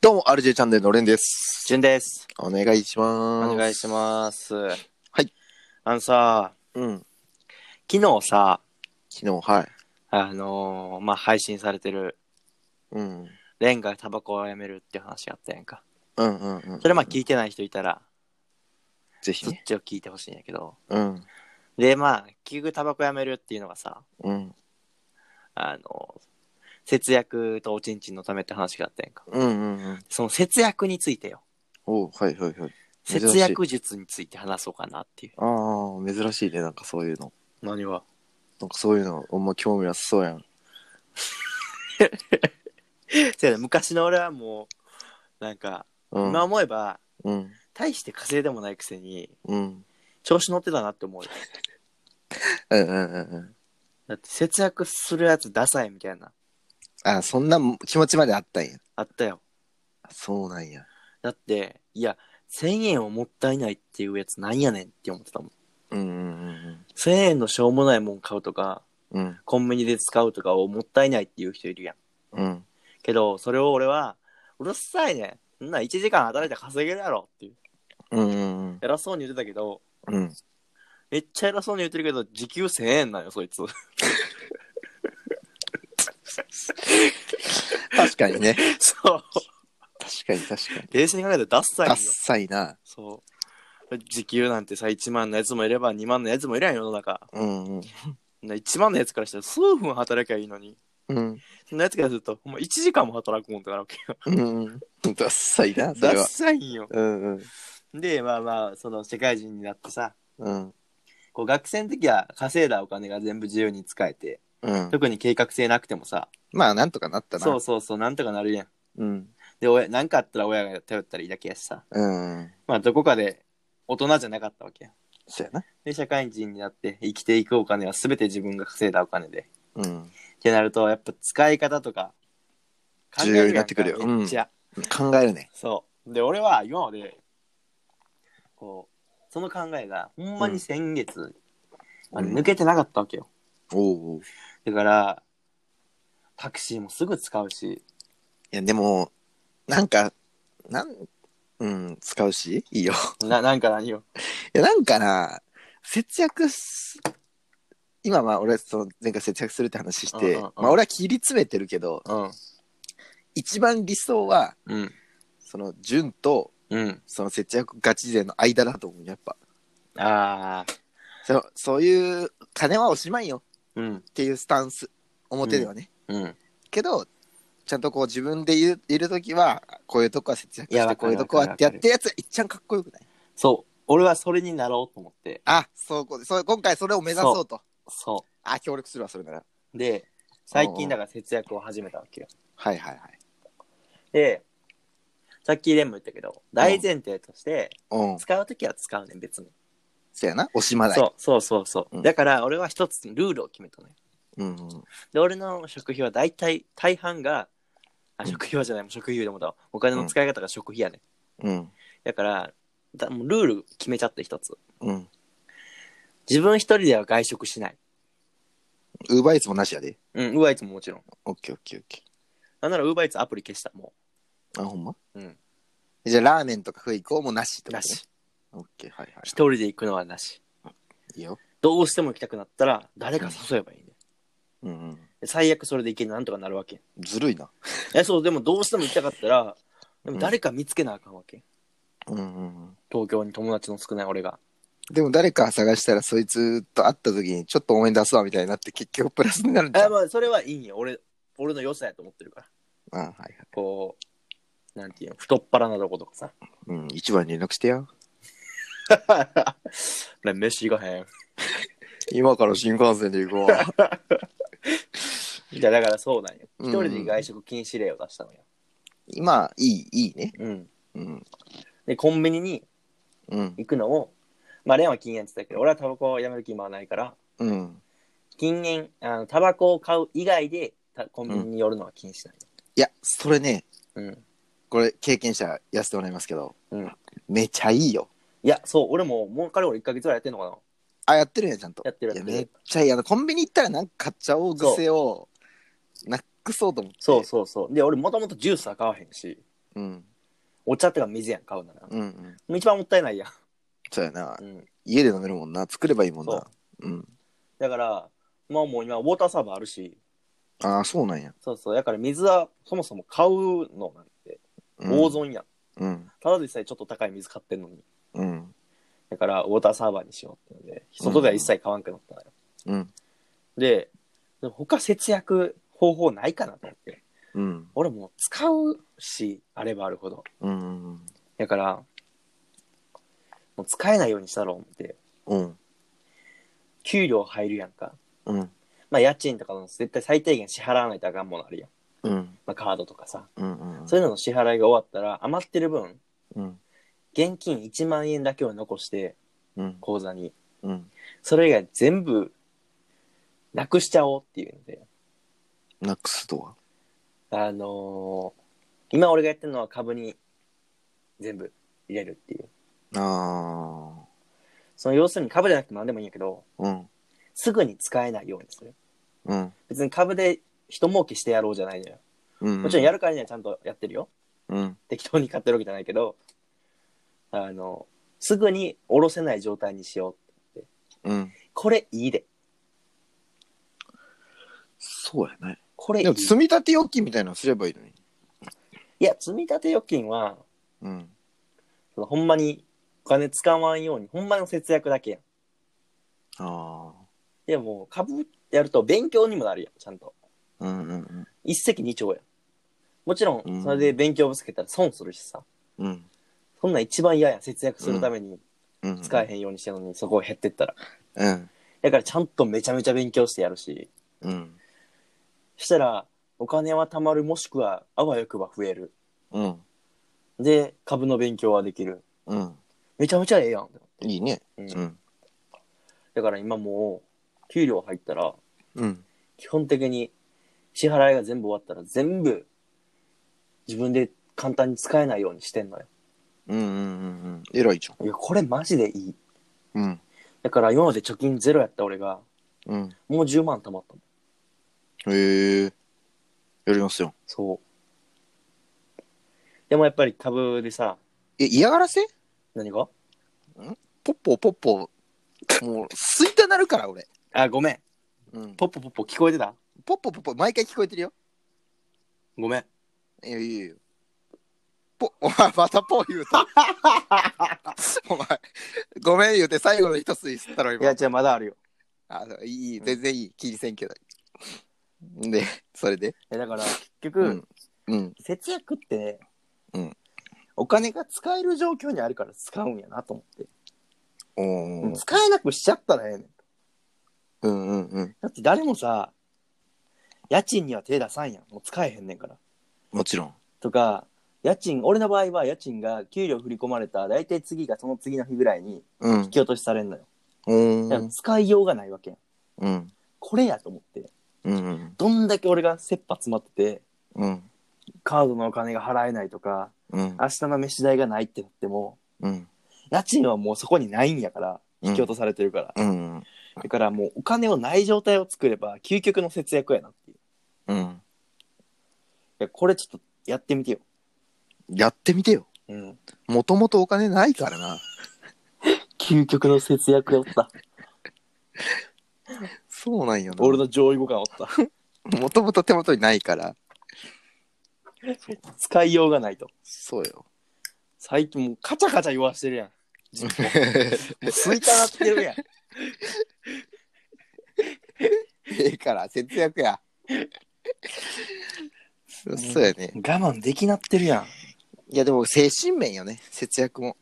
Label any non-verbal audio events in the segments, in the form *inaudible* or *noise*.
どうも、RJ チャンネルのれんです。じゅんです。お願いしおます。。願いします。はいあのさ、す。うん。昨日さ、昨日、はい。あのーまあ、配信されてる、うん。レンがタバコをやめるって話あったやんか。うんうんうん。それまあ聞いてない人いたら、ぜひそっね。ちを聞いてほしいんやけど。うん。で、まあ、結局タバコやめるっていうのがさ、うん。あのー節約とおちんちんのためって話があったやんか。うんうんうん。その節約についてよ。おうはいはいはい。珍しい節約術について話そうかなっていう。ああ、珍しいね、なんかそういうの。何はなんかそういうの、ほんま興味なさそうやん。せやね昔の俺はもう、なんか、うん。今思えば、うん。大して稼いでもないくせにうん。調子乗ってたなって思うようんうんうんうん。だって節約するやつダサいみたいなあそんな気持ちまであったんや。あったよそうなんや。だっていや1000円をもったいないっていうやつなんやねんって思ってたもんうんうん1000円のしょうもないもん買うとかうんうん。コンビニで使うとかをもったいないっていう人いるやんうん。うん。けどそれを俺はうるさいねんそんな1時間働いたら稼げるやろっていううんうん偉そうに言ってたけどうん。うん。めっちゃ偉そうに言ってるけど時給1000円なんよそいつ *laughs* 確かにね。そう確かに確かに。冷静に考えたらダッサいあよっさいな。そう。時給なんてさ、1万のやつもいれば2万のやつもいるやん、世の中。うんうん。な1万のやつからしたら数分働きゃいいのに。うん。そんなやつからすると、ほんま1時間も働くもんってなるわけよ。うん。ダッサいな、そダれッは。サいんよ。うんうん。で、まあまあ、その社会人になってさ、うん。こう学生の時は稼いだお金が全部自由に使えて、うん。特に計画性なくてもさ、まあ、なんとかなったな。そうそうそう、なんとかなるやん。うん。で、親、なんかあったら親が頼ったらいいだけやしさ、うん。まあどこかで大人じゃなかったわけやん。そうやな。で、社会人になって生きていくお金は全て自分が稼いだお金で、うん。ってなるとやっぱ使い方とか重要になってくるよ考えやんかめっちゃ、考えるね。そうで俺は今までこうその考えがほんまに先月まで抜けてなかったわけよ、おお。いだからタクシーもすぐ使うしや、でも、なんか、なん、うん、使うし、いい *laughs* よ。ななんか何よいや、なんかな、節約す、今、まあ、俺、その、前回節約するって話して、うんうんうんまあ、俺は切り詰めてるけど、うん一番理想は、うんその、純と、うんその節約ガチ勢の間だと思う、やっぱ。ああそそういう、金はおしまいようんっていうスタンス、表ではね。うんけどちゃんとこう自分でいるいる時はこういうとこは節約いやしてわこかうるいうとこはってやっわかるわかるてるやつがいっちゃんかっこよくないそう俺はそれになろうと思ってあそうこうそう今回それを目指そうとそあ協力するわそれならうで最近だから節約を始めたわけよはいはいはいでさっきレンも言ったけど大前提として、うん使うときは使うねん、別に。そやな惜しまないそうそうそうそう、うんだから俺は一つルールを決めたのよ。うんうんで、俺の食費は大体、大半が、あ、うん食費はじゃない、もう食費でもだわ。お金の使い方が食費やねん。うんだから、だもうルール決めちゃって一つ。うん自分一人では外食しない。ウーバーイーツもなしやでうん、ウーバーイーツももちろん。オッケーオッケーオッケなんならウーバーイーツアプリ消した、もーあほんまう。うん、じゃあラーメンとか食い行こうもなしってことなねし。オッケーはいは一人で行くのはなし。いいいよどうしても行きたくなったら、誰か誘えばいいね。うんうんで最悪それで行けるなんとかなるわけ。ずるいなえ、そう、でもどうしても行きたかったら、でも誰か見つけなあかんわけ。うんうんうん東京に友達の少ない俺が。でも誰か探したらそいつと会った時にちょっと応援出すわみたいになって結局プラスにな *laughs* るんじゃあんまあ、それはいいんよ。俺、俺の良さやと思ってるかあら。はいはいこう、なんていうの、太っ腹なとことかさ。うん一番に連絡してやね、飯行かへん。今から新幹線で行こ *laughs* う。じゃだからそうなんよ。うん一人で外食禁止令を出したのよ。今、いい、いいね。うん。うん。で、コンビニにうん。行くのを、まあ、レンは禁煙って言ったけど、俺はタバコをやめる気もないから、うん。禁煙、あのタバコを買う以外で、たコンビニに寄るのは禁止なんよ。いや、それね、うん。これ、経験者やせてもらいますけど、うん。めちゃいいよ。いや、そう、俺も、もう彼俺1ヶ月ぐらいやってんのかな。あ、やってるんや、ちゃんと。やってるやっているや、めっちゃいい。あの、コンビニ行ったらなんか買っちゃおう癖を、なくそうと思って。そうそうそう。で、俺もともとジュースは買わへんし、うん。お茶とか水やん買うならもうんうん。う一番もったいないやん、そうやなう。ん、家で飲めるもんな。作ればいいもんそうな。うん。だからまあもう今ウォーターサーバーあるしああ、そうなんや。そうそうだから水はそもそも買うのなんてうん大損やん、うん。ただでさえちょっと高い水買ってんのにうん。だからウォーターサーバーにしようってので外では一切買わんくなったのよ、うん。ででも他節約方法ないかなと思ってうん。俺もう使うしあればあるほどうん。だからもう使えないようにしたろう思ってうん。給料入るやんかうん。まあ家賃とかの絶対最低限支払わないとあかんものあるやん、うん。まあ、カードとかさうん。そういうのの支払いが終わったら余ってる分うん。現金1万円だけを残してうん。口座にうん。それ以外全部なくしちゃおうっていうのでナックスとはあのー今俺がやってるのは株に全部入れるっていうあその要するに株じゃなくても何でもいいんやけどあ。うん。すぐに使えないようにするうん。別に株で人儲けしてやろうじゃないのようん。もちろんやるからにはちゃんとやってるよ、うん。適当に買ってるわけじゃないけどあのすぐに下ろせない状態にしよううん。これいいでそうやね。これいいでも、積み立て預金みたいなのすればいいのに。いや積み立て預金はうん。そのほんまにお金使わんようにほんまの節約だけやんあでも株やると勉強にもなるやんちゃんとあ。うんうん一石二鳥やんもちろうんんそれで勉強ぶつけたら損するしさ、うん。うん。そんなん一番嫌やん節約するためにうん。使えへんようにしてるのに、そこを減ってったらへん。うん。だからちゃんとめちゃめちゃ勉強してやるしうん。したらお金は貯まるもしくはあわよくば増えるうん。で、株の勉強はできる。うん。めちゃめちゃええやん。いいね。うんうん。だから今もう、給料入ったら、うん。基本的に支払いが全部終わったら、全部、自分で簡単に使えないようにしてんのよ。うんうんうんうん。偉いじいや、これマジでいい。ゃん。うん。だから今まで貯金ゼロやった俺が、うん。もう10万貯まったもん。へえ。やりますよ。そう。でもやっぱり株でさ、え、嫌がらせ何がポッポポッポ。もう、吸いたなるから、俺。あ、ごめん。うん。ポッポポッポ聞こえてたポッポポッポ、毎回聞こえてるよ。ごめん。いやいやいや。ポ、お前、またポー言うた。お前、ごめん言うて、最後の一吸い吸ったろ、いや、今。違う、まだあるよ。あ、いい、全然いい。気にせんけど。で、それで。いやだから、結局、うん。うん。節約って、うんお金が使える状況にあるから使うんやなと思って、おー使えなくしちゃったらええねんうんうんうん。だって誰もさ家賃には手出さんやんもう使えへんねんからもちろん。とか家賃俺の場合は家賃が給料振り込まれた大体次がその次の日ぐらいにうん。引き落としされんのよ、うだから使いようがないわけやんうん。これやと思ってうん。どんだけ俺が切羽詰まっててうん。カードのお金が払えないとかうん。明日の飯代がないってなってもうん。家賃はもうそこにないんやから引き落とされてるから、うん。だからもうお金をない状態を作れば究極の節約やなっていう。いうん。やこれちょっとやってみてよ。やってみてよ。うん。もともとお金ないからな。究極の節約やった。そうなんよな。俺の上位互換おった。もともと手元にないから。使いようがないと。そうよ。最近もうカチャカチャ言わしてる *laughs* やん。実家もう吸いたなってるやん。ええから、節約や。そそうやね。我慢できなってるやん。いや、でも精神面よね。節約も。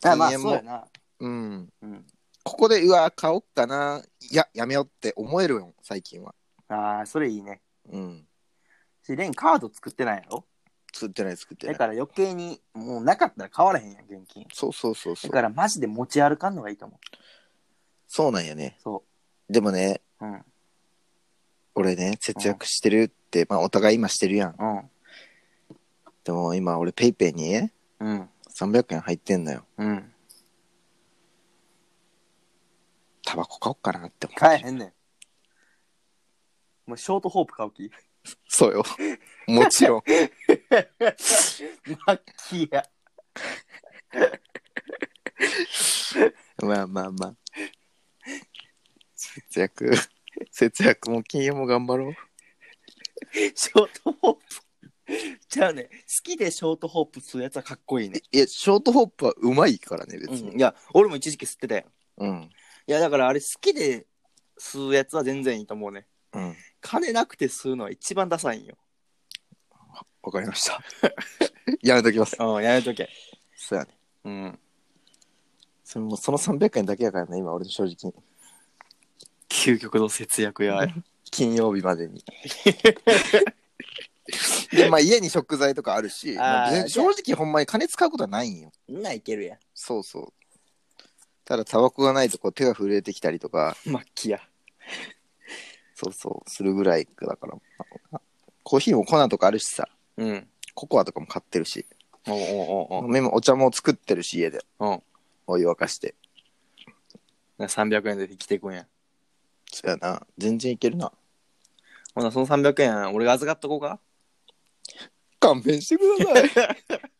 人間もな。うん。うん。ここで、うわ、買おっかな。いや、やめようって思えるよ、最近は。ああ、それいいね。うん。し、レンカード作ってないやろ作ってない、作ってなだい。から余計にもうなかったら買われへんやん、現金。そうそうそうそだう。からマジで持ち歩かんのがいいと思そうなんやねう。。そでもね、う。うん。俺ね、節約してるって、まあ、お互い今してるやん。うん。でも今、俺、ペイペイにねうん。 300円入ってんのよ。うん。タバコ買おっかなって思って。買えへんねん。もうショートホープ買う気。 *laughs* そうよ。もちろん。 *laughs* マッキーや。まあまあまあ。節約、節約も金融も頑張ろう。ショートホープ。じゃあね、好きでショートホープするやつはかっこいいね。いや、ショートホップはうまいからね、別うん、に。いや、俺も一時期吸ってたやん。いうん。や、だからあれ好きで吸うやつは全然いいと思うね。うん。金なくて吸うのは一番ダサいんよ。わかりました。 *laughs* やめときます。うん、やめとけ。そうやね。うん。それもうその300円だけやからね、今俺の正直。究極の節約や。金曜日まで *laughs* に。で、まあ家に食材とかあるし、あーまあ別に正直ほんまに金使うことはないんよ。みんないけるやそうそう。ただ、タバコがないとこう手が震えてきたりとか、ん。マッキーや。そうそう、するぐらいだから。コーヒーも粉とかあるしさ、うん。ココアとかも買ってるし、おうおうおう飲み物お茶も作ってるし、家で。おう。うん。お湯沸かして。 300円で生きていくんや。そうやな。全然いけるな。ほな、その300円、俺が預かっとこうか勘弁してください。